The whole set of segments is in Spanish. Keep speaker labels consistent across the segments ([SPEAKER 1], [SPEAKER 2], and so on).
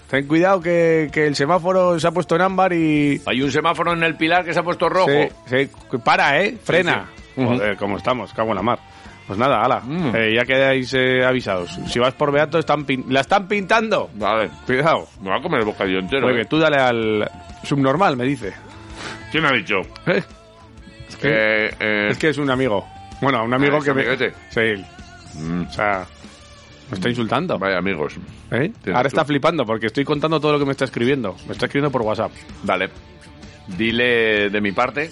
[SPEAKER 1] Ten cuidado que, que el semáforo se ha puesto en ámbar y...
[SPEAKER 2] Hay un semáforo en el Pilar que se ha puesto rojo.
[SPEAKER 1] Sí, sí. Para, ¿eh? Frena.
[SPEAKER 2] sí.
[SPEAKER 1] Joder, ¿cómo estamos? Cago en la mar. Pues nada, ala.
[SPEAKER 2] Mm.
[SPEAKER 1] Eh, ya quedáis eh, avisados. Si vas por Beato, están pin- la están pintando.
[SPEAKER 2] Vale.
[SPEAKER 1] Cuidado.
[SPEAKER 2] Me va a comer el bocadillo entero.
[SPEAKER 1] Oye,
[SPEAKER 2] ¿eh?
[SPEAKER 1] tú dale al subnormal, me dice.
[SPEAKER 2] ¿Quién me ha dicho?
[SPEAKER 1] ¿Eh?
[SPEAKER 2] Eh, eh,
[SPEAKER 1] Es que es un amigo. Bueno, un amigo
[SPEAKER 2] Ah, es
[SPEAKER 1] que
[SPEAKER 2] amiguete.
[SPEAKER 1] me... Sí. O sea, me está insultando.
[SPEAKER 2] Vaya amigos.
[SPEAKER 1] ¿Eh?
[SPEAKER 2] Tienes
[SPEAKER 1] Ahora
[SPEAKER 2] tú.
[SPEAKER 1] está flipando porque estoy contando todo lo que me está escribiendo. Me está escribiendo por WhatsApp.
[SPEAKER 2] Vale. Dile de mi parte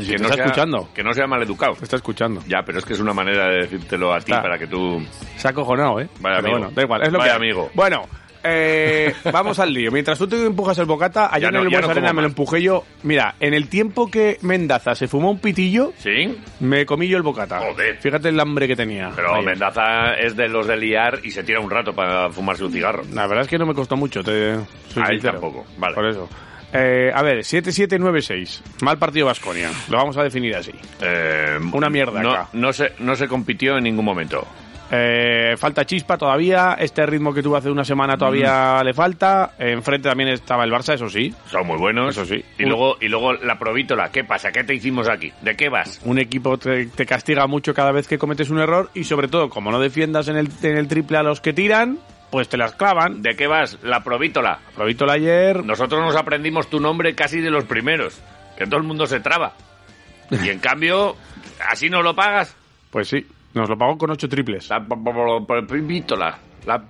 [SPEAKER 1] Si te está
[SPEAKER 2] sea,
[SPEAKER 1] escuchando. Pues-
[SPEAKER 2] que no sea maleducado.
[SPEAKER 1] Me está escuchando.
[SPEAKER 2] Ya, pero es que es una manera de decírtelo a ti
[SPEAKER 1] Claro.
[SPEAKER 2] para que tú...
[SPEAKER 1] Se ha cojonado, ¿eh?
[SPEAKER 2] Vaya
[SPEAKER 1] Pero
[SPEAKER 2] amigo.
[SPEAKER 1] bueno, da igual, es lo que
[SPEAKER 2] Vaya
[SPEAKER 1] hay.
[SPEAKER 2] amigo.
[SPEAKER 1] Bueno, eh, vamos al lío. Mientras tú te empujas el bocata, ayer
[SPEAKER 2] Ya
[SPEAKER 1] en
[SPEAKER 2] no-
[SPEAKER 1] el
[SPEAKER 2] ya
[SPEAKER 1] Buesa
[SPEAKER 2] no como
[SPEAKER 1] Arena me lo
[SPEAKER 2] más.
[SPEAKER 1] empujé yo. Mira, en el tiempo que Mendaza se fumó un pitillo,
[SPEAKER 2] ¿Sí?
[SPEAKER 1] me comí yo el bocata.
[SPEAKER 2] Joder.
[SPEAKER 1] Fíjate el hambre que tenía.
[SPEAKER 2] Pero
[SPEAKER 1] Ayer.
[SPEAKER 2] Mendaza es de los de liar y se tira un rato para fumarse un cigarro.
[SPEAKER 1] La verdad es que no me costó mucho, te soy
[SPEAKER 2] A él
[SPEAKER 1] sincero.
[SPEAKER 2] tampoco, vale.
[SPEAKER 1] Por eso. Eh, a ver, 7796. Mal partido Vasconia. Lo vamos a definir así.
[SPEAKER 2] Eh,
[SPEAKER 1] Una mierda
[SPEAKER 2] no,
[SPEAKER 1] acá.
[SPEAKER 2] no se, no se compitió en ningún momento.
[SPEAKER 1] Eh, falta chispa todavía. Este ritmo que tuvo hace una semana
[SPEAKER 2] Mm.
[SPEAKER 1] todavía le falta. Enfrente también estaba el Barça, eso sí.
[SPEAKER 2] Son muy buenos.
[SPEAKER 1] Eso sí.
[SPEAKER 2] Y
[SPEAKER 1] Un-
[SPEAKER 2] luego, y luego la provítola. ¿Qué pasa? ¿Qué te hicimos aquí? ¿De qué vas?
[SPEAKER 1] un equipo te, te castiga mucho cada vez que cometes un error y sobre todo como no defiendas en el, en el triple a los que tiran, pues te las clavan.
[SPEAKER 2] ¿De qué vas? La provítola.
[SPEAKER 1] Provítola ayer,
[SPEAKER 2] Nosotros nos aprendimos tu nombre casi de los primeros. Que todo el mundo se traba. Y en cambio, así no lo pagas.
[SPEAKER 1] pues sí, nos lo pagó con ocho triples.
[SPEAKER 2] La provítola. La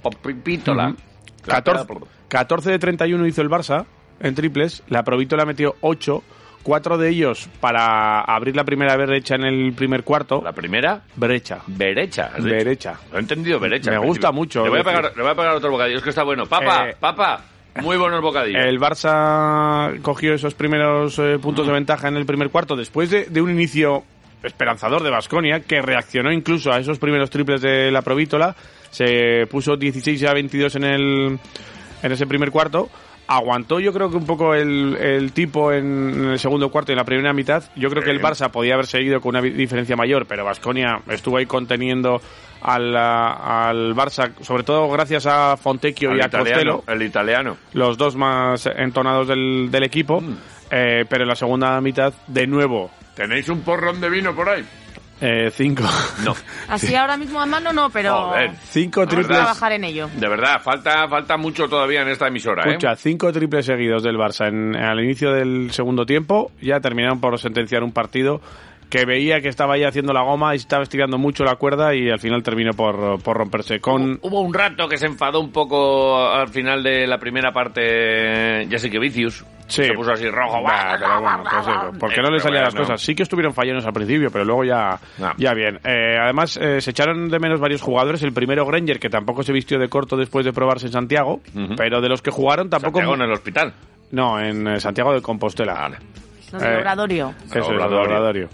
[SPEAKER 2] provítola.
[SPEAKER 1] Ujú. 14, 14 de 31 hizo el Barça en triples, la Provítola metió 8, 4 de ellos para abrir la primera brecha en el primer cuarto.
[SPEAKER 2] La primera,
[SPEAKER 1] brecha.
[SPEAKER 2] derecha. has dicho.
[SPEAKER 1] Brecha.
[SPEAKER 2] Lo he entendido, derecha.
[SPEAKER 1] Me
[SPEAKER 2] al
[SPEAKER 1] gusta
[SPEAKER 2] principio.
[SPEAKER 1] mucho,
[SPEAKER 2] Le voy, a
[SPEAKER 1] decir.
[SPEAKER 2] pegar, le voy a pegar otro bocadillo. Es que está bueno. Papa,
[SPEAKER 1] Eh,
[SPEAKER 2] papa. Muy buenos bocadillos.
[SPEAKER 1] El Barça cogió esos primeros eh, puntos de ventaja en el primer cuarto después de, de un inicio esperanzador de Vasconia, que reaccionó incluso a esos primeros triples de la Provítola. Se puso 16 a 22 en, el, en ese primer cuarto. Aguantó yo creo que un poco el, el tipo en, en el segundo cuarto y en la primera mitad. Yo creo que el
[SPEAKER 2] Sí.
[SPEAKER 1] Barça podía haber seguido con una vi- diferencia mayor, pero Vasconia estuvo ahí conteniendo al, ah, al Barça, sobre todo gracias a Fontecchio
[SPEAKER 2] Al
[SPEAKER 1] y a
[SPEAKER 2] italiano,
[SPEAKER 1] Costello
[SPEAKER 2] el italiano.
[SPEAKER 1] los dos más entonados del, del equipo. Eh, pero en la segunda mitad, de nuevo,
[SPEAKER 2] ¿Tenéis un porrón de vino por ahí?
[SPEAKER 1] eh, cinco,
[SPEAKER 2] No.
[SPEAKER 3] Así ahora mismo a mano no, pero
[SPEAKER 2] Joder.
[SPEAKER 1] cinco
[SPEAKER 3] vamos a
[SPEAKER 1] triples.
[SPEAKER 3] trabajar en ello.
[SPEAKER 2] De verdad, falta, falta mucho todavía en esta emisora, ¿eh?
[SPEAKER 1] Escucha, cinco triples seguidos del Barça en- al inicio del segundo tiempo. Ya terminaron por sentenciar un partido que veía que estaba ya haciendo la goma y estaba estirando mucho la cuerda y al final terminó por, por romperse. Con
[SPEAKER 2] Hubo un rato que se enfadó un poco al final de la primera parte Jessica Vicius.
[SPEAKER 1] Sí.
[SPEAKER 2] Se puso así rojo.
[SPEAKER 1] Bah, pero bueno, pues eso, porque no le
[SPEAKER 2] Eh,
[SPEAKER 1] salían
[SPEAKER 2] pero
[SPEAKER 1] las
[SPEAKER 2] bueno.
[SPEAKER 1] cosas. Sí que estuvieron fallones al principio, pero luego ya,
[SPEAKER 2] No.
[SPEAKER 1] ya bien. Eh, además, eh, se echaron de menos varios jugadores. El primero, Granger, que tampoco se vistió de corto después de probarse en Santiago, pero de los que jugaron tampoco...
[SPEAKER 2] Santiago en el hospital.
[SPEAKER 1] No, en eh, Santiago de Compostela.
[SPEAKER 3] Los
[SPEAKER 1] Eh,
[SPEAKER 3] del Obradorio.
[SPEAKER 1] Eso es,
[SPEAKER 2] Obradorio.
[SPEAKER 1] Obradorio.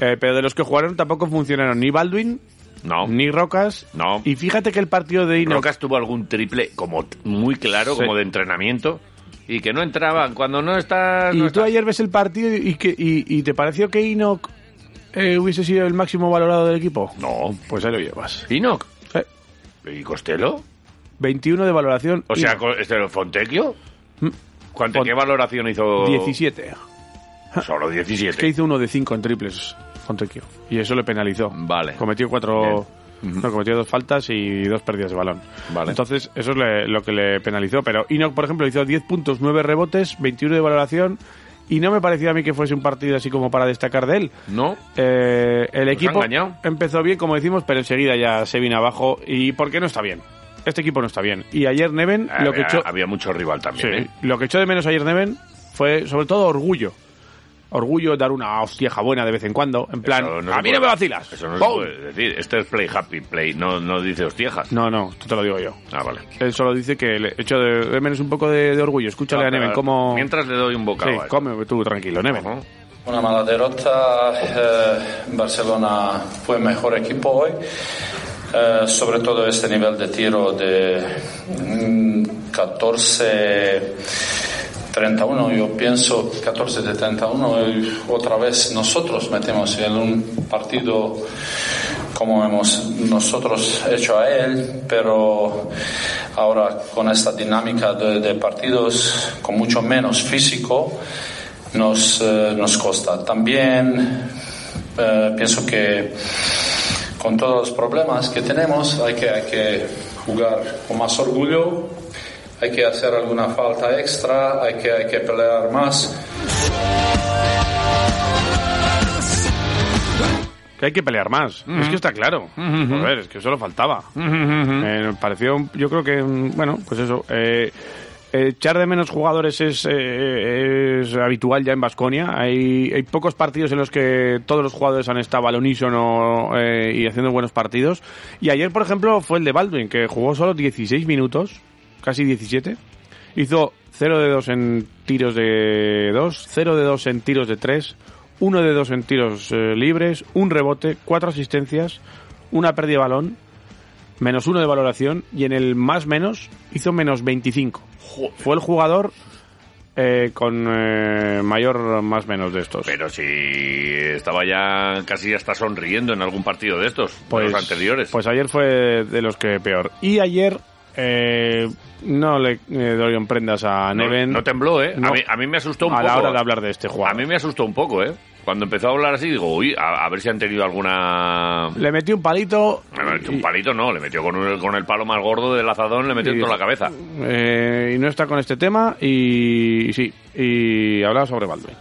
[SPEAKER 1] Eh, pero de los que jugaron tampoco funcionaron ni Baldwin
[SPEAKER 2] No.
[SPEAKER 1] ni Rocas.
[SPEAKER 2] No.
[SPEAKER 1] Y fíjate que el partido de Inox.
[SPEAKER 2] Rocas tuvo algún triple como t- muy claro,
[SPEAKER 1] Sí.
[SPEAKER 2] como de entrenamiento, y que no entraban. Cuando no estás...
[SPEAKER 1] Y
[SPEAKER 2] no
[SPEAKER 1] tú
[SPEAKER 2] estás.
[SPEAKER 1] ayer ves el partido y, que, y, y te pareció que Inox eh, hubiese sido el máximo valorado del equipo.
[SPEAKER 2] No.
[SPEAKER 1] Pues ahí lo llevas.
[SPEAKER 2] Inoc.
[SPEAKER 1] Eh,
[SPEAKER 2] ¿Y Costello?
[SPEAKER 1] 21 de valoración.
[SPEAKER 2] O sea,
[SPEAKER 1] Inox,
[SPEAKER 2] co- este, Fontecchio. ¿Cuánto,
[SPEAKER 1] Mm. Font-
[SPEAKER 2] ¿Qué valoración hizo?
[SPEAKER 1] 17.
[SPEAKER 2] Solo 17.
[SPEAKER 1] Es que hizo uno de 5 en triples Fontecchio. Y eso le penalizó.
[SPEAKER 2] Vale.
[SPEAKER 1] Cometió cuatro. No, cometió dos faltas y dos pérdidas de balón.
[SPEAKER 2] Vale.
[SPEAKER 1] Entonces, eso es le- lo que le penalizó. Pero Enoch, por ejemplo, hizo 10 puntos, 9 rebotes, 21 de valoración. Y no me parecía a mí que fuese un partido así como para destacar de él.
[SPEAKER 2] No.
[SPEAKER 1] Eh, el equipo
[SPEAKER 2] ha engañado.
[SPEAKER 1] empezó bien, como decimos, pero enseguida ya se vino abajo. ¿Y por qué no está bien? Este equipo no está bien. Y ayer Neven, lo que
[SPEAKER 2] había,
[SPEAKER 1] echó,
[SPEAKER 2] Eh, había mucho rival
[SPEAKER 1] sí,
[SPEAKER 2] también. ¿eh?
[SPEAKER 1] lo que echó de menos ayer Neven fue sobre todo orgullo. Orgullo, dar una hostieja buena de vez en cuando. En plan,
[SPEAKER 2] Eso no
[SPEAKER 1] a
[SPEAKER 2] se
[SPEAKER 1] mí
[SPEAKER 2] puede-
[SPEAKER 1] no me vacilas.
[SPEAKER 2] Eso no se
[SPEAKER 1] ¡Pum!
[SPEAKER 2] puede decir. Este es play happy play, no, no dice hostiejas.
[SPEAKER 1] no, no, esto te lo digo yo.
[SPEAKER 2] Ah, vale.
[SPEAKER 1] Él solo dice que le echó de, de menos un poco de, de orgullo. Escúchale a Neven, cómo...
[SPEAKER 2] Ah, Mientras le doy un
[SPEAKER 1] Sí,
[SPEAKER 2] bocado. a él.
[SPEAKER 1] come tú tranquilo, Neven.
[SPEAKER 2] Ajá.
[SPEAKER 4] Una mala derrota. eh, Barcelona fue mejor equipo hoy. eh, sobre todo este nivel de tiro de mm, 14 31 yo pienso 14 de 31 y otra vez nosotros metemos en un partido como hemos nosotros hecho a él, pero ahora con esta dinámica de, de partidos con mucho menos físico nos, eh, nos costa. También eh, pienso que con todos los problemas que tenemos hay que, hay que jugar con más orgullo, hay que hacer alguna falta extra, hay que, hay que pelear más.
[SPEAKER 1] Que hay que pelear más. Es que está claro. Joder, es que solo faltaba. Eh, me pareció, un- yo creo que, un- bueno, pues eso. eh, echar de menos jugadores es, eh, es habitual ya en Vasconia. Hay, hay pocos partidos en los que todos los jugadores han estado al unísono eh, y haciendo buenos partidos. Y ayer, por ejemplo, fue el de Baldwin, que jugó solo 16 minutos, casi 17. Hizo 0 de 2 en tiros de 2, 0 de 2 en tiros de 3, 1 de 2 en tiros eh, libres, un rebote, 4 asistencias, una pérdida de balón, menos 1 de valoración y en el más menos hizo menos 25. Fue el jugador eh, con eh, mayor más menos de estos.
[SPEAKER 2] Pero si estaba ya casi hasta sonriendo en algún partido de estos, de los anteriores.
[SPEAKER 1] Pues ayer fue de los que peor. Y ayer eh, no le eh, doy en prendas a
[SPEAKER 2] no,
[SPEAKER 1] Neven
[SPEAKER 2] no tembló, ¿eh?
[SPEAKER 1] No.
[SPEAKER 2] A, mí, a mí me asustó un
[SPEAKER 1] a
[SPEAKER 2] poco.
[SPEAKER 1] la hora de hablar de este jugador.
[SPEAKER 2] A mí me asustó un poco, ¿eh? Cuando empezó a hablar así, digo, uy, a, a ver si han tenido alguna.
[SPEAKER 1] Le metí un palito.
[SPEAKER 2] Bueno,
[SPEAKER 1] y-
[SPEAKER 2] Un palito no, le metió con, un- con el palo más gordo del azadón, le metió
[SPEAKER 1] y-
[SPEAKER 2] en toda la cabeza.
[SPEAKER 1] eh, y no está con este tema. Y, y sí, y hablaba sobre Baldwin.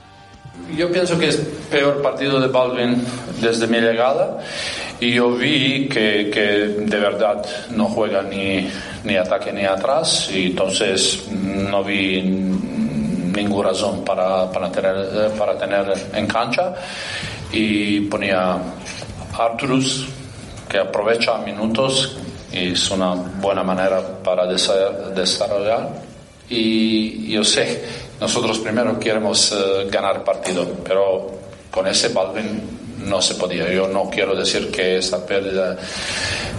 [SPEAKER 4] Yo pienso que es peor partido de Baldwin desde mi llegada y yo vi que, que de verdad no juega ni, ni ataque ni atrás y entonces no vi ninguna razón para, para, tener, para tener en cancha y ponía Arturus que aprovecha minutos y es una buena manera para desa- desarrollar y yo sé, nosotros primero queremos eh, ganar partido, pero con ese Baldwin no se podía. Yo no quiero decir que esta pérdida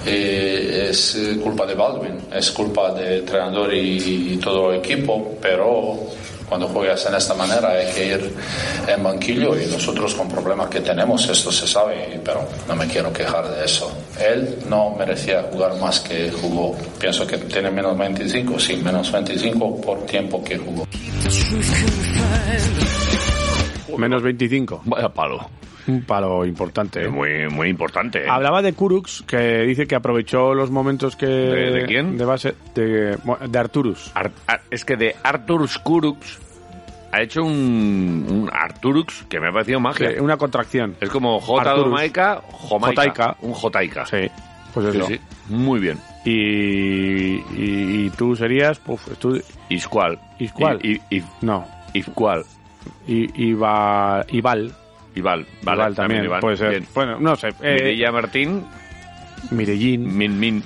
[SPEAKER 4] eh, es eh, culpa de Baldwin, es culpa del entrenador y, y todo el equipo, pero cuando juegas en esta manera hay que ir en banquillo y nosotros con problemas que tenemos, esto se sabe, pero no me quiero quejar de eso. Él no merecía jugar más que jugó. Pienso que tiene menos 25, sí, menos 25 por tiempo que jugó.
[SPEAKER 1] Menos 25.
[SPEAKER 2] Vaya palo.
[SPEAKER 1] Un palo importante.
[SPEAKER 2] Es
[SPEAKER 1] ¿eh?
[SPEAKER 2] muy, muy importante. ¿eh?
[SPEAKER 1] Hablaba de Kurux, que dice que aprovechó los momentos que. ¿De,
[SPEAKER 2] de quién?
[SPEAKER 1] De base. De, de Arturus.
[SPEAKER 2] Ar- Ar- es que de Artur Skurux ha hecho un, un Arturux que me ha parecido magia.
[SPEAKER 1] Que- una contracción.
[SPEAKER 2] Es como J.
[SPEAKER 1] Arturus.
[SPEAKER 2] Domaica, Jomaica.
[SPEAKER 1] Jotaica.
[SPEAKER 2] Un Jotaica.
[SPEAKER 1] Sí, pues
[SPEAKER 2] Sí,
[SPEAKER 1] eso.
[SPEAKER 2] sí. Muy bien.
[SPEAKER 1] Y, y, y tú serías. Puf, tú,
[SPEAKER 2] Iscual.
[SPEAKER 1] Iscual.
[SPEAKER 2] I- I- I-
[SPEAKER 1] no.
[SPEAKER 2] Iscual.
[SPEAKER 1] Y, Iba, Ibal.
[SPEAKER 2] Ibal. Vale,
[SPEAKER 1] Ibal también,
[SPEAKER 2] Ibal.
[SPEAKER 1] puede ser.
[SPEAKER 2] Bien.
[SPEAKER 1] Bueno, no sé. Eh,
[SPEAKER 2] Mirella Martín,
[SPEAKER 1] Mirellín,
[SPEAKER 2] Min, Min,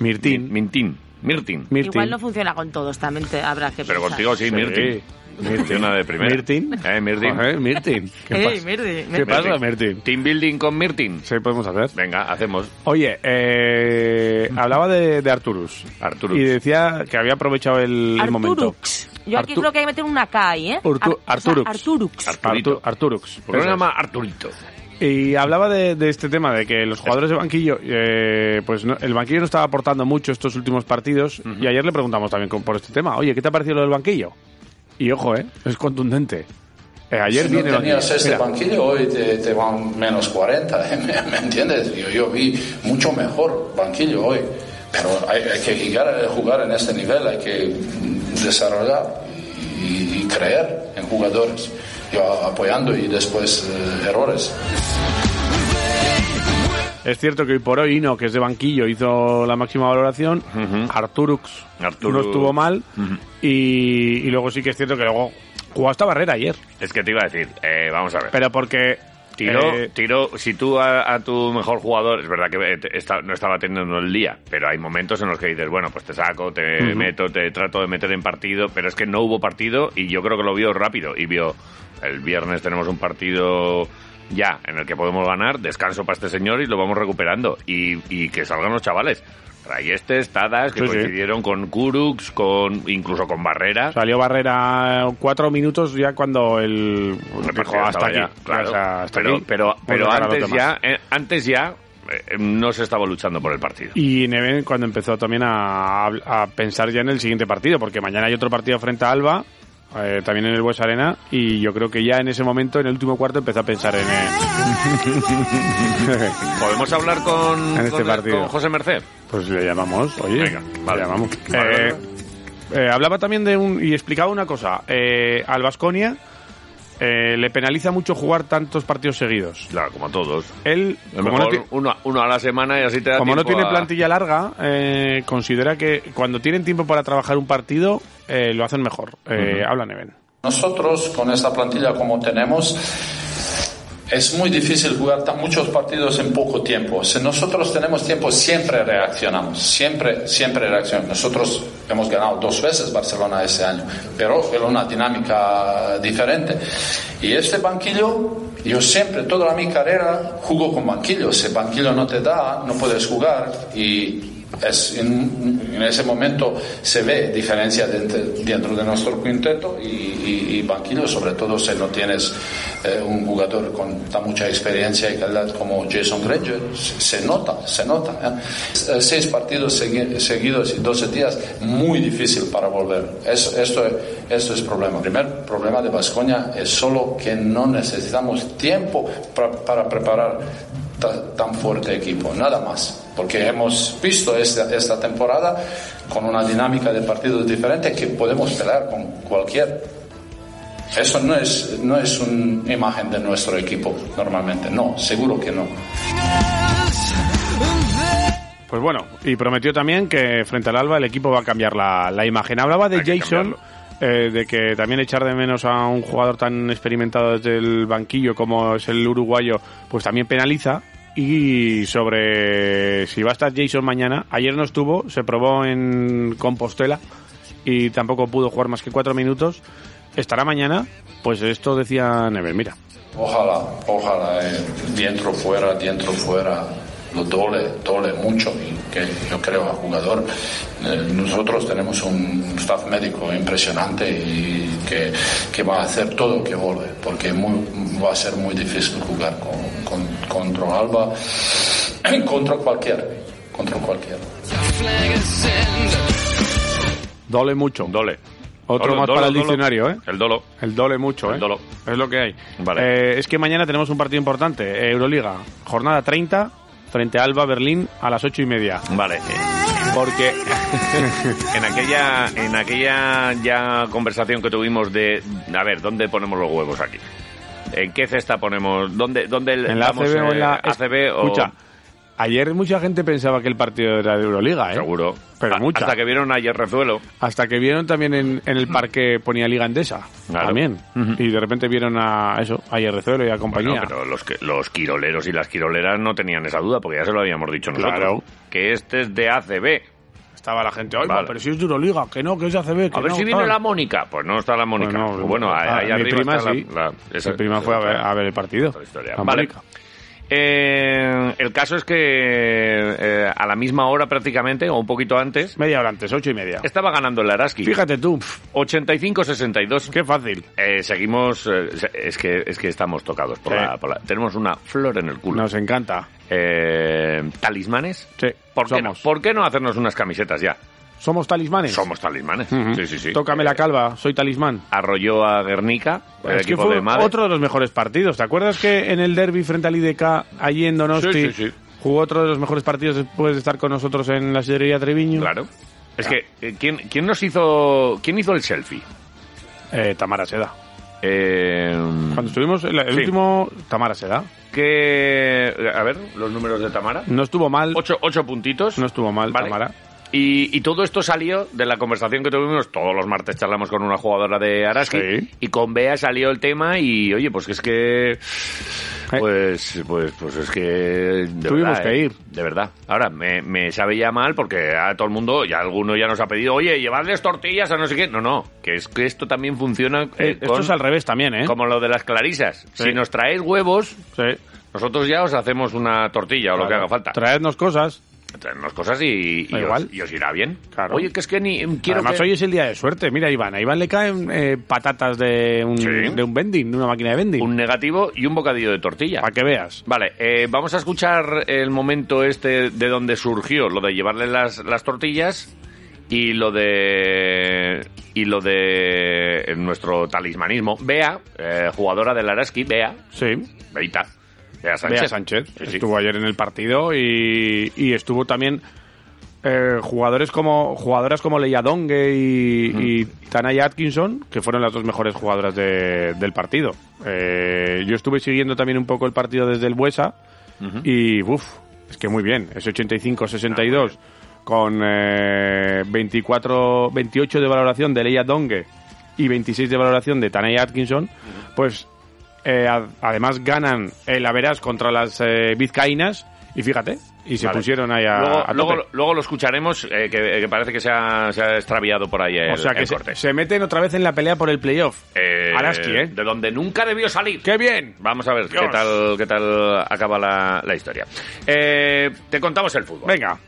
[SPEAKER 1] Mirtín.
[SPEAKER 2] Min- Mintín, Mirtin.
[SPEAKER 1] Mirtin.
[SPEAKER 3] Igual no funciona con todos, también te habrá que
[SPEAKER 2] Pero
[SPEAKER 3] pensar.
[SPEAKER 2] contigo sí,
[SPEAKER 1] Sí.
[SPEAKER 2] Mirtin. Funciona de primera.
[SPEAKER 1] Mirtin.
[SPEAKER 2] Eh, Mirtin.
[SPEAKER 1] Joder, Mirtin. ¿Qué
[SPEAKER 3] Ey,
[SPEAKER 1] pasa?
[SPEAKER 3] Mirti,
[SPEAKER 1] ¿Qué
[SPEAKER 3] Mirti.
[SPEAKER 1] pasa, Mirtin?
[SPEAKER 2] Team building con Mirtin.
[SPEAKER 1] Sí, podemos hacer.
[SPEAKER 2] Venga, hacemos.
[SPEAKER 1] Oye, eh, hablaba de, de Arturus.
[SPEAKER 2] Arturus.
[SPEAKER 1] Y decía que había aprovechado el, el momento.
[SPEAKER 3] Arturux. Yo aquí
[SPEAKER 1] Artu-
[SPEAKER 3] creo que hay que meter una K ahí, ¿eh?
[SPEAKER 1] Urtu-
[SPEAKER 3] Ar- o sea,
[SPEAKER 1] Arturux.
[SPEAKER 3] Arturux.
[SPEAKER 2] Arturito.
[SPEAKER 1] Artu- Arturux.
[SPEAKER 2] ¿Por qué
[SPEAKER 1] Eso
[SPEAKER 2] se
[SPEAKER 1] es.
[SPEAKER 2] llama Arturito?
[SPEAKER 1] Y hablaba de, de este tema, de que los jugadores de banquillo, eh, pues no- el banquillo no estaba aportando mucho estos últimos partidos. Y ayer le preguntamos también con- por este tema, oye, ¿qué te ha parecido lo del banquillo? Y ojo, ¿eh? Es contundente. Eh, ayer
[SPEAKER 4] si no
[SPEAKER 1] viene el
[SPEAKER 4] tenías
[SPEAKER 1] banquillo.
[SPEAKER 4] este
[SPEAKER 1] Mira,
[SPEAKER 4] banquillo, hoy te, te van menos 40, ¿me, me entiendes? Yo, yo vi mucho mejor banquillo hoy, pero hay, hay que jugar, jugar en este nivel, hay que desarrollar y, y creer en jugadores, yo apoyando y después eh, errores.
[SPEAKER 1] Es cierto que hoy por hoy Ino, que es de banquillo, hizo la máxima valoración. Arturux,
[SPEAKER 2] Arturux.
[SPEAKER 1] no estuvo mal. y, y luego sí que es cierto que luego jugó hasta barrera ayer.
[SPEAKER 2] Es que te iba a decir, eh, vamos a ver.
[SPEAKER 1] Pero porque...
[SPEAKER 2] Tiró,
[SPEAKER 1] eh,
[SPEAKER 2] tiró- si tú a, a tu mejor jugador, es verdad que eh, te- está- no estaba teniendo el día, pero hay momentos en los que dices, bueno, pues te saco, te meto, te trato de meter en partido, pero es que no hubo partido y yo creo que lo vio rápido y vio, el viernes tenemos un partido ya en el que podemos ganar, descanso para este señor y lo vamos recuperando y, y que salgan los chavales. Rayestes, Tadas, que
[SPEAKER 1] Sí, sí.
[SPEAKER 2] coincidieron con Kurux, con incluso con Barrera.
[SPEAKER 1] Salió Barrera cuatro minutos ya cuando el...
[SPEAKER 2] Pues El
[SPEAKER 1] dijo, "Ah,
[SPEAKER 2] partido
[SPEAKER 1] hasta
[SPEAKER 2] estaba
[SPEAKER 1] aquí.
[SPEAKER 2] ya, claro.
[SPEAKER 1] O sea, hasta
[SPEAKER 2] pero,
[SPEAKER 1] aquí.
[SPEAKER 2] pero,
[SPEAKER 1] Vamos
[SPEAKER 2] pero
[SPEAKER 1] a dejar a los
[SPEAKER 2] antes,
[SPEAKER 1] demás.
[SPEAKER 2] ya, eh, antes ya eh, no se estaba luchando por el partido.
[SPEAKER 1] Y Neven cuando empezó también a, a pensar ya en el siguiente partido, porque mañana hay otro partido frente a Alba, eh, también en el Bues Arena, y yo creo que ya en ese momento, en el último cuarto, empezó a pensar en... eh,
[SPEAKER 2] ¿Podemos hablar con,
[SPEAKER 1] En este
[SPEAKER 2] con-
[SPEAKER 1] partido.
[SPEAKER 2] con José Merced?
[SPEAKER 1] Pues le llamamos, oye.
[SPEAKER 2] Venga, vale.
[SPEAKER 1] le llamamos.
[SPEAKER 2] Vale,
[SPEAKER 1] Eh, eh, hablaba también de un. y explicaba una cosa. Eh, al Vasconia le penaliza mucho jugar tantos partidos seguidos.
[SPEAKER 2] Claro, como a todos.
[SPEAKER 1] Él,
[SPEAKER 2] A lo
[SPEAKER 1] como, no,
[SPEAKER 2] mejor
[SPEAKER 1] ti-
[SPEAKER 2] uno, uno a la semana y así te da
[SPEAKER 1] como no
[SPEAKER 2] tiempo
[SPEAKER 1] tiene
[SPEAKER 2] a-
[SPEAKER 1] plantilla larga, eh, considera que cuando tienen tiempo para trabajar un partido, eh, lo hacen mejor. Eh, Habla Neven.
[SPEAKER 4] Nosotros con esta plantilla como tenemos es muy difícil jugar tan muchos partidos en poco tiempo. Si nosotros tenemos tiempo siempre reaccionamos, siempre siempre reaccionamos. Nosotros hemos ganado dos veces Barcelona ese año, pero fue una dinámica diferente. Y este banquillo yo siempre toda mi carrera jugo con banquillo. Si banquillo no te da, no puedes jugar y es en, en ese momento se ve diferencia dentro, dentro de nuestro quinteto y, y- y banquillo, sobre todo si no tienes eh, un jugador con tan mucha experiencia y calidad como Jason Granger, se, se nota, se nota. ¿eh? Eh, Seis partidos segui- seguidos y 12 días, muy difícil para volver. Es- esto, esto es problema. El primer problema de Vascoña es solo que no necesitamos tiempo pra- para preparar ta- tan fuerte equipo, nada más. Porque hemos visto esta, esta temporada con una dinámica de partidos diferente que podemos pelear con cualquier. Eso no es, no es una imagen de nuestro equipo normalmente, no, seguro que no.
[SPEAKER 1] Pues bueno, y prometió también que frente al Alba el equipo va a cambiar la, la imagen. Hablaba de
[SPEAKER 2] Hay que
[SPEAKER 1] Jason, eh, de que también echar de menos a un jugador tan experimentado desde el banquillo como es el uruguayo, pues también penaliza. Y sobre si va a estar Jason mañana, ayer no estuvo, se probó en Compostela y tampoco pudo jugar más que cuatro minutos. ¿Estará mañana? Pues esto decía Never, mira.
[SPEAKER 4] Ojalá, ojalá, eh, dentro, fuera, dentro, fuera, lo duele, duele mucho y que yo creo al jugador. eh, nosotros tenemos un staff médico impresionante y que, que va a hacer todo que vuelve, porque muy- va a ser muy difícil jugar con, con- contra Alba, contra cualquier, contra cualquier.
[SPEAKER 1] Dole mucho.
[SPEAKER 2] Dole.
[SPEAKER 1] Otro
[SPEAKER 2] Dolo,
[SPEAKER 1] más
[SPEAKER 2] dolo,
[SPEAKER 1] para el
[SPEAKER 2] dolo.
[SPEAKER 1] diccionario, ¿eh?
[SPEAKER 2] El dolo.
[SPEAKER 1] El dole mucho,
[SPEAKER 2] El
[SPEAKER 1] ¿eh?
[SPEAKER 2] dolo.
[SPEAKER 1] Es lo que hay.
[SPEAKER 2] Vale.
[SPEAKER 1] Eh, es que mañana tenemos un partido importante, eh, Euroliga. Jornada 30, frente a Alba Berlín a las 8 y media.
[SPEAKER 2] Vale. Porque en aquella, en aquella ya conversación que tuvimos de, a ver, ¿dónde ponemos los huevos aquí? ¿En qué cesta ponemos? ¿Dónde, dónde
[SPEAKER 1] En la
[SPEAKER 2] damos,
[SPEAKER 1] ACB o en
[SPEAKER 2] eh,
[SPEAKER 1] la...
[SPEAKER 2] ACB o-
[SPEAKER 1] Escucha, ayer mucha gente pensaba que el partido era de Euroliga, ¿eh?
[SPEAKER 2] Seguro.
[SPEAKER 1] Pero
[SPEAKER 2] A-
[SPEAKER 1] mucha.
[SPEAKER 2] Hasta que vieron ayer Rezuelo.
[SPEAKER 1] Hasta que vieron también en, en el parque ponía Liga Endesa.
[SPEAKER 2] Claro.
[SPEAKER 1] También. Y de repente vieron a eso, a Yerrezuelo y a compañía.
[SPEAKER 2] Bueno, pero los, que- los quiroleros y las quiroleras no tenían esa duda, porque ya se lo habíamos dicho nosotros.
[SPEAKER 1] Claro.
[SPEAKER 2] Que este es de ACB.
[SPEAKER 1] estaba la gente. Oiga,
[SPEAKER 2] Vale.
[SPEAKER 1] pero si es de Euroliga, que no, que es de ACB, que
[SPEAKER 2] A ver
[SPEAKER 1] no,
[SPEAKER 2] si viene
[SPEAKER 1] tal".
[SPEAKER 2] la Mónica. Pues no está la Mónica.
[SPEAKER 1] Bueno,
[SPEAKER 2] Bueno, ahí,
[SPEAKER 1] ah,
[SPEAKER 2] ahí
[SPEAKER 1] mi
[SPEAKER 2] arriba
[SPEAKER 1] prima
[SPEAKER 2] está la-
[SPEAKER 1] sí.
[SPEAKER 2] la- esa-
[SPEAKER 1] Mi prima fue a ver, a ver el partido.
[SPEAKER 2] otra historia.
[SPEAKER 1] A
[SPEAKER 2] Vale.
[SPEAKER 1] Mónica.
[SPEAKER 2] Eh, el caso es que eh, a la misma hora prácticamente, o un poquito antes,
[SPEAKER 1] Media hora antes, ocho y media.
[SPEAKER 2] estaba ganando el Araski.
[SPEAKER 1] Fíjate tú, pf,
[SPEAKER 2] 85-62.
[SPEAKER 1] qué fácil.
[SPEAKER 2] Eh, seguimos, eh, es que es que estamos tocados por,
[SPEAKER 1] Sí.
[SPEAKER 2] la, por la- Tenemos una flor en el culo.
[SPEAKER 1] Nos encanta.
[SPEAKER 2] Eh, ¿Talismanes?
[SPEAKER 1] Sí,
[SPEAKER 2] ¿Por qué, no?
[SPEAKER 1] somos.
[SPEAKER 2] ¿Por qué no hacernos unas camisetas ya?
[SPEAKER 1] ¿Somos talismanes?
[SPEAKER 2] Somos talismanes.
[SPEAKER 1] Ujú.
[SPEAKER 2] Sí, sí, sí. Eh,
[SPEAKER 1] Tócame la calva, soy talismán.
[SPEAKER 2] Arrolló a Guernica, el
[SPEAKER 1] Es que
[SPEAKER 2] equipo
[SPEAKER 1] fue
[SPEAKER 2] de Madrid.
[SPEAKER 1] otro de los mejores partidos. ¿Te acuerdas que en el derby frente al IDK, allí en Donosti,
[SPEAKER 2] Sí, sí, sí.
[SPEAKER 1] jugó otro de los mejores partidos después de estar con nosotros en la sillería Treviño?
[SPEAKER 2] Claro. Es que, eh, ¿quién, ¿quién nos hizo, quién hizo el selfie?
[SPEAKER 1] Eh, Tamara Seda.
[SPEAKER 2] Eh,
[SPEAKER 1] Cuando estuvimos, el, el
[SPEAKER 2] Sí.
[SPEAKER 1] último, Tamara Seda.
[SPEAKER 2] que, a ver, los números de Tamara.
[SPEAKER 1] No estuvo mal,
[SPEAKER 2] Ocho, ocho puntitos.
[SPEAKER 1] no estuvo mal,
[SPEAKER 2] Vale.
[SPEAKER 1] Tamara.
[SPEAKER 2] Y, y todo esto salió de la conversación que tuvimos. Todos los martes charlamos con una jugadora de Araski.
[SPEAKER 1] Sí. Eh.
[SPEAKER 2] Y con Bea salió el tema. Y oye, pues que es que. Pues, pues, pues es que. de
[SPEAKER 1] Tuvimos
[SPEAKER 2] verdad,
[SPEAKER 1] que
[SPEAKER 2] eh,
[SPEAKER 1] ir.
[SPEAKER 2] De verdad. Ahora, me, me sabe ya mal porque a todo el mundo, ya alguno ya nos ha pedido, oye, llevarles tortillas a no sé qué. No, no. Que es que esto también funciona. eh,
[SPEAKER 1] Eh, esto
[SPEAKER 2] con-
[SPEAKER 1] es al revés también, ¿eh?
[SPEAKER 2] Como lo de las clarisas.
[SPEAKER 1] Sí.
[SPEAKER 2] Si nos traéis huevos,
[SPEAKER 1] Sí.
[SPEAKER 2] nosotros ya os hacemos una tortilla o lo que haga falta
[SPEAKER 1] Traednos cosas.
[SPEAKER 2] traernos cosas y, y
[SPEAKER 1] Da
[SPEAKER 2] os-
[SPEAKER 1] igual.
[SPEAKER 2] y Os, irá bien.
[SPEAKER 1] Claro.
[SPEAKER 2] Oye, que es que ni em, quiero
[SPEAKER 1] Además,
[SPEAKER 2] que-
[SPEAKER 1] hoy es el día de suerte. Mira, a Iván. A Iván le caen eh, patatas de un,
[SPEAKER 2] Sí.
[SPEAKER 1] de un vending, de una máquina de vending.
[SPEAKER 2] un negativo y un bocadillo de tortilla.
[SPEAKER 1] Para que veas.
[SPEAKER 2] Vale, eh, vamos a escuchar el momento este de donde surgió lo de llevarle las, las tortillas y lo de y lo de nuestro talismanismo. Bea, eh, jugadora del Araski, Bea,
[SPEAKER 1] Sí.
[SPEAKER 2] Beita, Bea Sánchez.
[SPEAKER 1] Bea Sánchez.
[SPEAKER 2] Sí, sí.
[SPEAKER 1] Estuvo ayer en el partido y, y estuvo también eh, jugadores como jugadoras como Leia Dongue y, y Tanaya Atkinson, que fueron las dos mejores jugadoras de- del partido. Eh, yo estuve siguiendo también un poco el partido desde el Buesa y uff, es que muy bien, es
[SPEAKER 2] Ah,
[SPEAKER 1] 85-62 con eh, 24, 28 de valoración de Leia Dongue y 26 de valoración de Tanaya Atkinson, pues eh, ad- además ganan el Averas contra las eh, vizcaínas y fíjate, y se
[SPEAKER 2] Vale.
[SPEAKER 1] pusieron ahí a,
[SPEAKER 2] Luego,
[SPEAKER 1] a
[SPEAKER 2] luego,
[SPEAKER 1] tope.
[SPEAKER 2] luego lo escucharemos, eh, que, que parece que se ha, se ha extraviado por ahí el,
[SPEAKER 1] o sea que
[SPEAKER 2] el
[SPEAKER 1] se,
[SPEAKER 2] corte.
[SPEAKER 1] se meten otra vez en la pelea por el playoff.
[SPEAKER 2] Eh,
[SPEAKER 1] Araski, ¿eh?
[SPEAKER 2] De donde nunca debió salir.
[SPEAKER 1] ¡Qué bien!
[SPEAKER 2] Vamos a ver
[SPEAKER 1] Dios.
[SPEAKER 2] qué tal, qué tal acaba la, la historia. Eh, te contamos el fútbol.
[SPEAKER 1] Venga,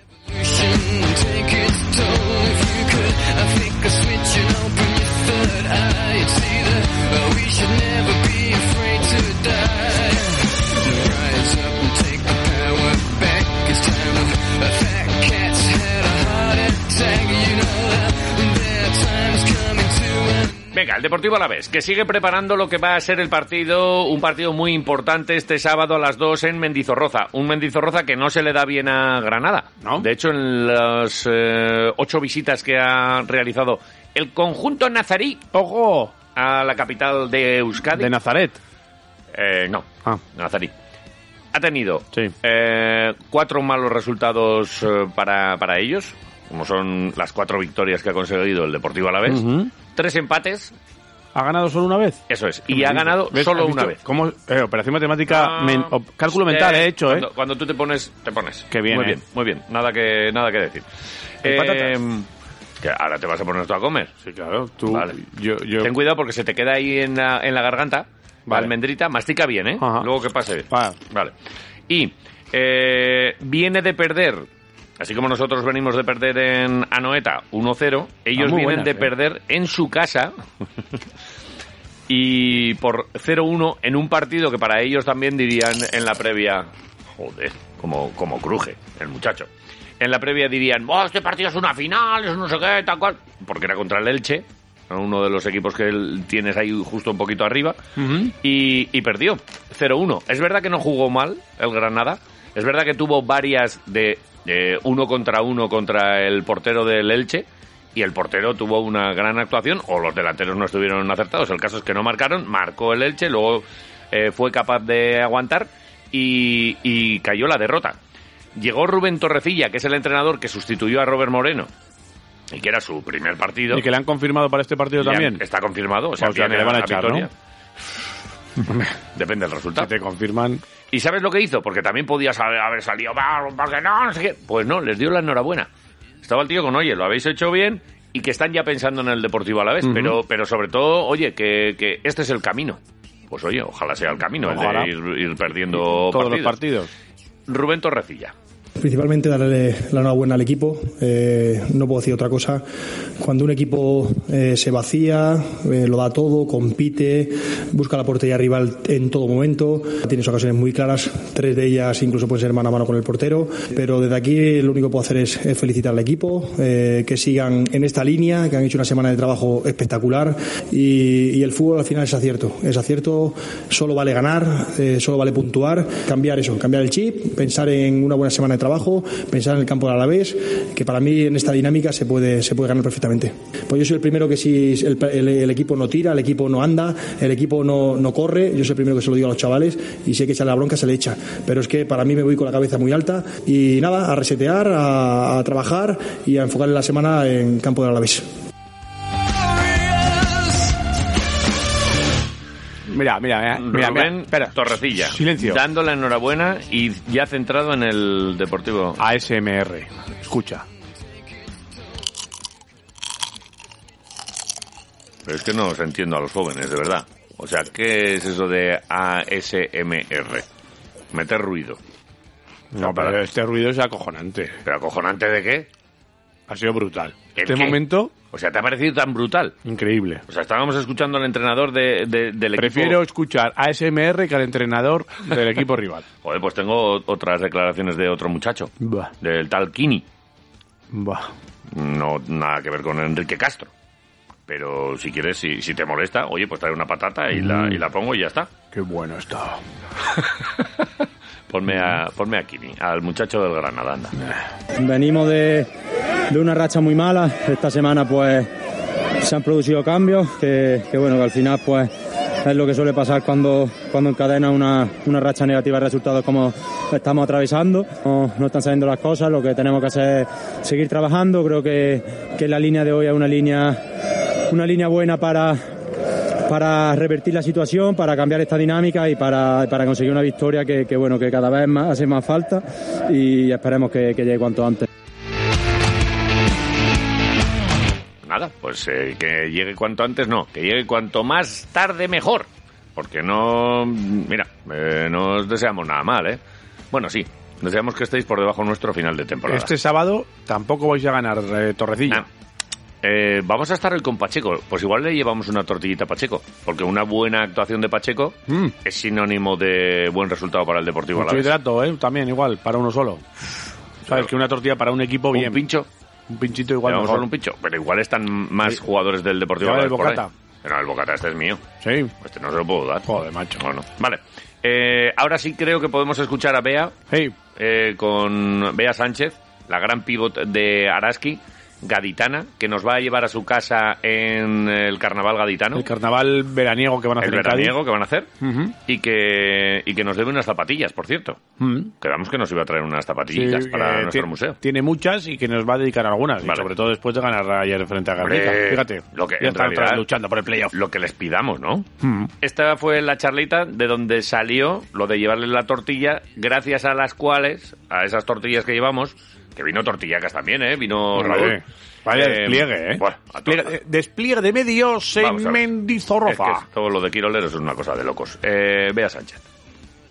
[SPEAKER 2] Venga, el Deportivo Alavés, que sigue preparando lo que va a ser el partido, un partido muy importante este sábado a las 2 en Mendizorroza. Un Mendizorroza que no se le da bien a Granada.
[SPEAKER 1] ¿No?
[SPEAKER 2] De hecho, en las eh, ocho visitas que ha realizado el conjunto nazarí
[SPEAKER 1] ojo
[SPEAKER 2] a la capital de Euskadi.
[SPEAKER 1] de Nazaret.
[SPEAKER 2] Eh, no,
[SPEAKER 1] Ah.
[SPEAKER 2] Nazarí. Ha tenido
[SPEAKER 1] Sí.
[SPEAKER 2] eh, cuatro malos resultados eh, para, para ellos, como son las cuatro victorias que ha conseguido el Deportivo Alavés.
[SPEAKER 1] Ujú.
[SPEAKER 2] Tres empates,
[SPEAKER 1] ¿Ha ganado solo una vez?
[SPEAKER 2] eso es.
[SPEAKER 1] ¿Qué
[SPEAKER 2] Y
[SPEAKER 1] me
[SPEAKER 2] ha
[SPEAKER 1] dices?
[SPEAKER 2] ganado
[SPEAKER 1] ¿Ves?
[SPEAKER 2] solo
[SPEAKER 1] ¿Has
[SPEAKER 2] una
[SPEAKER 1] visto
[SPEAKER 2] vez. Ah,
[SPEAKER 1] cómo- eh, operación matemática, men- o- cálculo mental he hecho, ¿eh?
[SPEAKER 2] Cuando, cuando tú te pones, te pones.
[SPEAKER 1] Qué bien,
[SPEAKER 2] Muy
[SPEAKER 1] eh.
[SPEAKER 2] bien, muy bien. Nada que, nada que decir. Eh,
[SPEAKER 1] ¿Hay patatas?
[SPEAKER 2] que ahora te vas a poner tú a comer.
[SPEAKER 1] Sí, claro, tú...
[SPEAKER 2] Vale.
[SPEAKER 1] Yo, yo-
[SPEAKER 2] Ten cuidado porque se te queda ahí en la, en la garganta. La
[SPEAKER 1] Vale.
[SPEAKER 2] almendrita, mastica bien, ¿eh?
[SPEAKER 1] Ajá.
[SPEAKER 2] Luego que pase.
[SPEAKER 1] Ah.
[SPEAKER 2] Vale. Y eh, viene de perder, así como nosotros venimos de perder en Anoeta 1-0, ellos
[SPEAKER 1] muy
[SPEAKER 2] vienen
[SPEAKER 1] buenas,
[SPEAKER 2] de
[SPEAKER 1] eh.
[SPEAKER 2] perder en su casa y por 0-1 en un partido que para ellos también dirían en la previa, joder, como, como cruje el muchacho. En la previa dirían, "Buah, este partido es una final, es no sé qué, tal cual. Porque era contra el Elche, uno de los equipos que él- tienes ahí justo un poquito arriba. y, y perdió 0-1. Es verdad que no jugó mal el Granada. Es verdad que tuvo varias de eh, uno contra uno contra el portero del Elche. Y el portero tuvo una gran actuación, o los delanteros no estuvieron acertados. El caso es que no marcaron, marcó el Elche, luego eh, fue capaz de aguantar y, y cayó la derrota. Llegó Rubén Torrecilla, que es el entrenador que sustituyó a Robert Moreno, y que era su primer partido.
[SPEAKER 1] Y que le han confirmado para este partido
[SPEAKER 2] Ya
[SPEAKER 1] también.
[SPEAKER 2] Está confirmado, o sea,
[SPEAKER 1] O sea,
[SPEAKER 2] viene
[SPEAKER 1] que le van a
[SPEAKER 2] la
[SPEAKER 1] echar,
[SPEAKER 2] victoria. Depende del
[SPEAKER 1] Si
[SPEAKER 2] resultado.
[SPEAKER 1] te confirman...
[SPEAKER 2] ¿Y sabes lo que hizo? Porque también podías haber haber salido, "Va, porque no, no sé qué". Pues no, les dio la enhorabuena. Estaba el tío con, oye, lo habéis hecho bien y que están ya pensando en el Deportivo a la vez, pero, pero sobre todo, oye, que, que este es el camino. Pues oye, ojalá sea el camino,
[SPEAKER 1] Ojalá.
[SPEAKER 2] el de ir, ir perdiendo
[SPEAKER 1] Todos los
[SPEAKER 2] partidos.
[SPEAKER 1] partidos.
[SPEAKER 2] Rubén Torrecilla.
[SPEAKER 5] Principalmente darle la enhorabuena al equipo. eh, no puedo decir otra cosa. Cuando un equipo eh, se vacía, eh, lo da todo, compite, busca la portería rival en todo momento, tienes ocasiones muy claras, tres de ellas incluso pueden ser mano a mano con el portero. Pero desde aquí lo único que puedo hacer es, es felicitar al equipo, eh, que sigan en esta línea, que han hecho una semana de trabajo espectacular y, y el fútbol al final es acierto. Es acierto, solo vale ganar, eh, solo vale puntuar, cambiar eso, cambiar el chip, pensar en una buena semana de trabajo, pensar en el campo del Alavés, que para mí en esta dinámica se puede, se puede ganar perfectamente. Pues yo soy el primero que si el, el- el equipo no tira, el equipo no anda, el equipo no, no corre, yo soy el primero que se lo digo a los chavales y si hay que echarle la bronca se le echa. Pero es que para mí me voy con la cabeza muy alta y nada, a resetear, a, a trabajar y a enfocar la semana en campo del Alavés.
[SPEAKER 1] Mira, mira, mira. Ah, mira, mira.
[SPEAKER 2] Rubén
[SPEAKER 1] Espera.
[SPEAKER 2] Torrecilla.
[SPEAKER 1] Silencio.
[SPEAKER 2] Dando la enhorabuena y ya centrado en el Deportivo.
[SPEAKER 1] Ah. ASMR. Escucha.
[SPEAKER 2] Pero es que no os entiendo a los jóvenes, de verdad. O sea, ¿qué es eso de ASMR? Meter ruido.
[SPEAKER 1] No, pero este ruido es acojonante.
[SPEAKER 2] ¿Pero acojonante de qué?
[SPEAKER 1] Ha sido brutal.
[SPEAKER 2] ¿El
[SPEAKER 1] Este
[SPEAKER 2] qué?
[SPEAKER 1] momento,
[SPEAKER 2] O sea, ¿te ha parecido tan brutal?
[SPEAKER 1] increíble.
[SPEAKER 2] O sea, estábamos escuchando al entrenador de, de- del equipo.
[SPEAKER 1] Prefiero escuchar ASMR que al entrenador del equipo rival.
[SPEAKER 2] Joder, pues tengo otras declaraciones de otro muchacho.
[SPEAKER 1] Buah,
[SPEAKER 2] Del tal Kini.
[SPEAKER 1] buah.
[SPEAKER 2] No, nada que ver con Enrique Castro. Pero si quieres, si, si te molesta, oye, pues trae una patata y, la, y la pongo y ya está.
[SPEAKER 1] Qué bueno está.
[SPEAKER 2] Ponme a, ponme a Kini, al muchacho del Granada. anda.
[SPEAKER 5] Venimos de, de una racha muy mala. Esta semana pues se han producido cambios que, que, bueno, que al final pues es lo que suele pasar cuando, cuando encadena una, una racha negativa de resultados como estamos atravesando. No, no están saliendo las cosas, lo que tenemos que hacer es seguir trabajando. Creo que, que la línea de hoy es una línea, una línea buena para, para revertir la situación, para cambiar esta dinámica y para, para conseguir una victoria que, que, bueno que cada vez más, hace más falta y esperemos que- que llegue cuanto antes.
[SPEAKER 2] Nada, pues eh, que llegue cuanto antes, no. Que llegue cuanto más tarde, mejor. Porque no. Mira, eh, no os deseamos nada mal, ¿eh? Bueno, sí. Deseamos que estéis por debajo nuestro a final de temporada.
[SPEAKER 1] Este sábado tampoco vais a ganar eh, Torrecilla.
[SPEAKER 2] Nah. Eh, vamos a estar hoy con Pacheco. Pues igual le llevamos una tortillita a Pacheco. Porque una buena actuación de Pacheco
[SPEAKER 1] Mm.
[SPEAKER 2] es sinónimo de buen resultado para el Deportivo
[SPEAKER 1] Mucho
[SPEAKER 2] Alavés.
[SPEAKER 1] hidrato, ¿eh? También igual, para uno solo. Sabes que una tortilla para un equipo bien.
[SPEAKER 2] Un pincho.
[SPEAKER 1] Un pinchito
[SPEAKER 2] Le
[SPEAKER 1] igual
[SPEAKER 2] vamos
[SPEAKER 1] mejor.
[SPEAKER 2] solo un pincho. Pero igual están más
[SPEAKER 1] Sí.
[SPEAKER 2] jugadores del Deportivo
[SPEAKER 1] Lleva el
[SPEAKER 2] Alavés por ahí.
[SPEAKER 1] bocata.
[SPEAKER 2] No, el bocata este es mío.
[SPEAKER 1] Sí.
[SPEAKER 2] Este no se lo puedo dar.
[SPEAKER 1] Joder, macho.
[SPEAKER 2] Bueno, vale. Eh, ahora sí creo que podemos escuchar a Bea
[SPEAKER 1] Hey,
[SPEAKER 2] eh, con Bea Sánchez, la gran pivot de Araski, gaditana, que nos va a llevar a su casa en el carnaval gaditano,
[SPEAKER 1] el carnaval veraniego que van a
[SPEAKER 2] el
[SPEAKER 1] hacer en
[SPEAKER 2] veraniego que van a hacer,
[SPEAKER 1] Cádiz. Ujú.
[SPEAKER 2] y que, y que nos debe unas zapatillas, por cierto.
[SPEAKER 1] Mm.
[SPEAKER 2] Quedamos que nos iba a traer unas
[SPEAKER 1] Sí,
[SPEAKER 2] zapatillas para
[SPEAKER 1] eh,
[SPEAKER 2] nuestro
[SPEAKER 1] ti-
[SPEAKER 2] museo.
[SPEAKER 1] Tiene muchas y que nos va a dedicar algunas, y
[SPEAKER 2] Vale.
[SPEAKER 1] sobre todo después de ganar ayer frente a Guernica.
[SPEAKER 2] Hombre,
[SPEAKER 1] Fíjate,
[SPEAKER 2] lo que
[SPEAKER 1] ya
[SPEAKER 2] en
[SPEAKER 1] están
[SPEAKER 2] realidad-
[SPEAKER 1] todas luchando por el playoff.
[SPEAKER 2] Lo que les pidamos, ¿no?
[SPEAKER 1] Mm.
[SPEAKER 2] Esta fue la charlita de donde salió lo de llevarles la tortilla, gracias a las cuales, a esas tortillas que llevamos, que vino tortillacas también, ¿eh? Vino Raúl.
[SPEAKER 1] Hombre, Vaya
[SPEAKER 2] Eh,
[SPEAKER 1] despliegue, ¿eh?
[SPEAKER 2] bueno, a to-
[SPEAKER 1] despliegue, despliegue de medios en
[SPEAKER 2] Vamos a ver.
[SPEAKER 1] Mendizorroza.
[SPEAKER 2] Es que todo lo de Quiroleros es una cosa de locos. Eh, Bea Sánchez.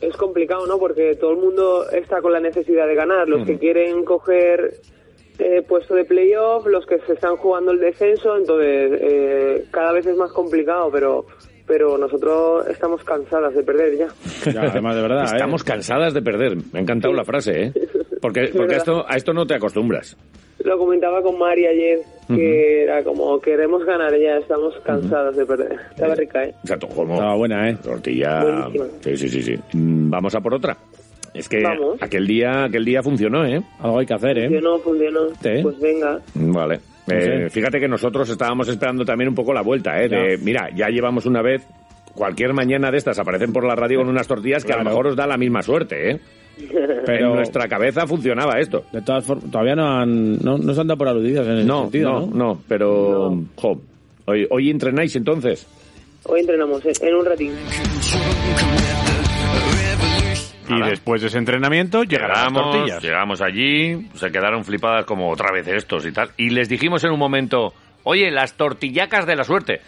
[SPEAKER 6] es complicado, ¿no? Porque todo el mundo está con la necesidad de ganar. Los que quieren coger eh, puesto de playoff, los que se están jugando el descenso, entonces eh, cada vez es más complicado, pero pero nosotros estamos cansadas de perder ya.
[SPEAKER 5] además, de verdad. ¿eh?
[SPEAKER 2] Estamos cansadas de perder. Me ha encantado la frase, ¿eh? Porque, porque
[SPEAKER 6] verdad.
[SPEAKER 2] esto, a esto no te acostumbras.
[SPEAKER 6] Lo comentaba con Mari ayer, que era como queremos ganar ya, estamos cansadas de perder. Estaba rica, ¿eh?
[SPEAKER 2] O sea, to- como
[SPEAKER 5] Estaba buena, ¿eh?
[SPEAKER 2] tortilla...
[SPEAKER 6] Buenísima.
[SPEAKER 2] Sí, sí, sí, sí. Mm, Vamos a por otra. Es que
[SPEAKER 6] Vamos.
[SPEAKER 2] aquel día aquel día funcionó, ¿eh?
[SPEAKER 5] Algo hay que hacer, ¿eh?
[SPEAKER 6] Funcionó, funcionó.
[SPEAKER 5] Sí.
[SPEAKER 6] Pues venga.
[SPEAKER 2] Vale.
[SPEAKER 5] No
[SPEAKER 2] Eh,
[SPEAKER 5] sé.
[SPEAKER 2] fíjate que nosotros estábamos esperando también un poco la vuelta, ¿eh? De, mira, ya llevamos una vez, cualquier mañana de estas aparecen por la radio con unas tortillas que a lo
[SPEAKER 5] Claro.
[SPEAKER 2] mejor os da la misma suerte, ¿eh?
[SPEAKER 5] Pero
[SPEAKER 2] En nuestra cabeza funcionaba esto.
[SPEAKER 5] de todas formas, todavía no, han, no, no se han dado por aludidos en ese
[SPEAKER 2] No,
[SPEAKER 5] sentido,
[SPEAKER 2] no,
[SPEAKER 5] ¿no?
[SPEAKER 2] no, pero... jo, hoy, hoy entrenáis entonces.
[SPEAKER 6] Hoy entrenamos, ¿eh? en un ratito.
[SPEAKER 1] Y
[SPEAKER 2] Ala.
[SPEAKER 1] después de ese entrenamiento llegarán las
[SPEAKER 2] Llegamos,
[SPEAKER 1] tortillas.
[SPEAKER 2] llegamos allí, se quedaron flipadas como otra vez estos y tal. Y les dijimos en un momento, oye, las tortillacas de la suerte.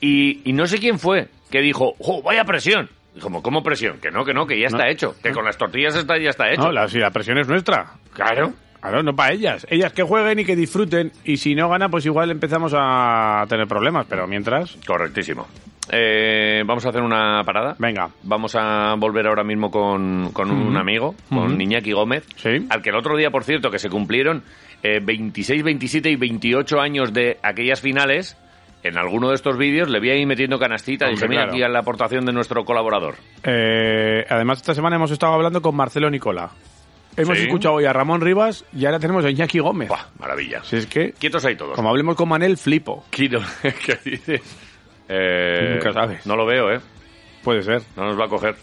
[SPEAKER 2] Y, y no sé quién fue que dijo, ¡jo, vaya presión! Dijimos, ¿cómo presión? Que no, que no, que ya está hecho. Que con las tortillas está, ya está hecho.
[SPEAKER 1] No, la, si la presión es nuestra.
[SPEAKER 2] Claro.
[SPEAKER 1] Claro, no para ellas. Ellas que jueguen y que disfruten. Y si no gana, pues igual empezamos a tener problemas. Pero mientras,
[SPEAKER 2] Correctísimo. Eh, vamos a hacer una parada.
[SPEAKER 1] venga.
[SPEAKER 2] Vamos a volver ahora mismo con, con un amigo, con Iñaki Gómez,
[SPEAKER 1] Sí.
[SPEAKER 2] al que el otro día, por cierto, que se cumplieron eh, 26, 27 y 28 años de aquellas finales, en alguno de estos vídeos le vi ahí metiendo canastita y
[SPEAKER 1] Hombre,
[SPEAKER 2] dije, mira
[SPEAKER 1] claro.
[SPEAKER 2] aquí a la aportación de nuestro colaborador.
[SPEAKER 1] Eh, además, esta semana hemos estado hablando con Marcelo Nicola. Hemos
[SPEAKER 2] Sí.
[SPEAKER 1] escuchado hoy a Ramón Rivas y ahora tenemos a Iñaki Gómez.
[SPEAKER 2] Buah, maravilla.
[SPEAKER 1] Si es que,
[SPEAKER 2] Quietos ahí todos.
[SPEAKER 1] como hablemos con Manel, flipo.
[SPEAKER 2] Quito, ¿qué dices? Eh,
[SPEAKER 1] Nunca sabes.
[SPEAKER 2] No lo veo, ¿eh?
[SPEAKER 1] Puede ser.
[SPEAKER 2] No nos va a coger.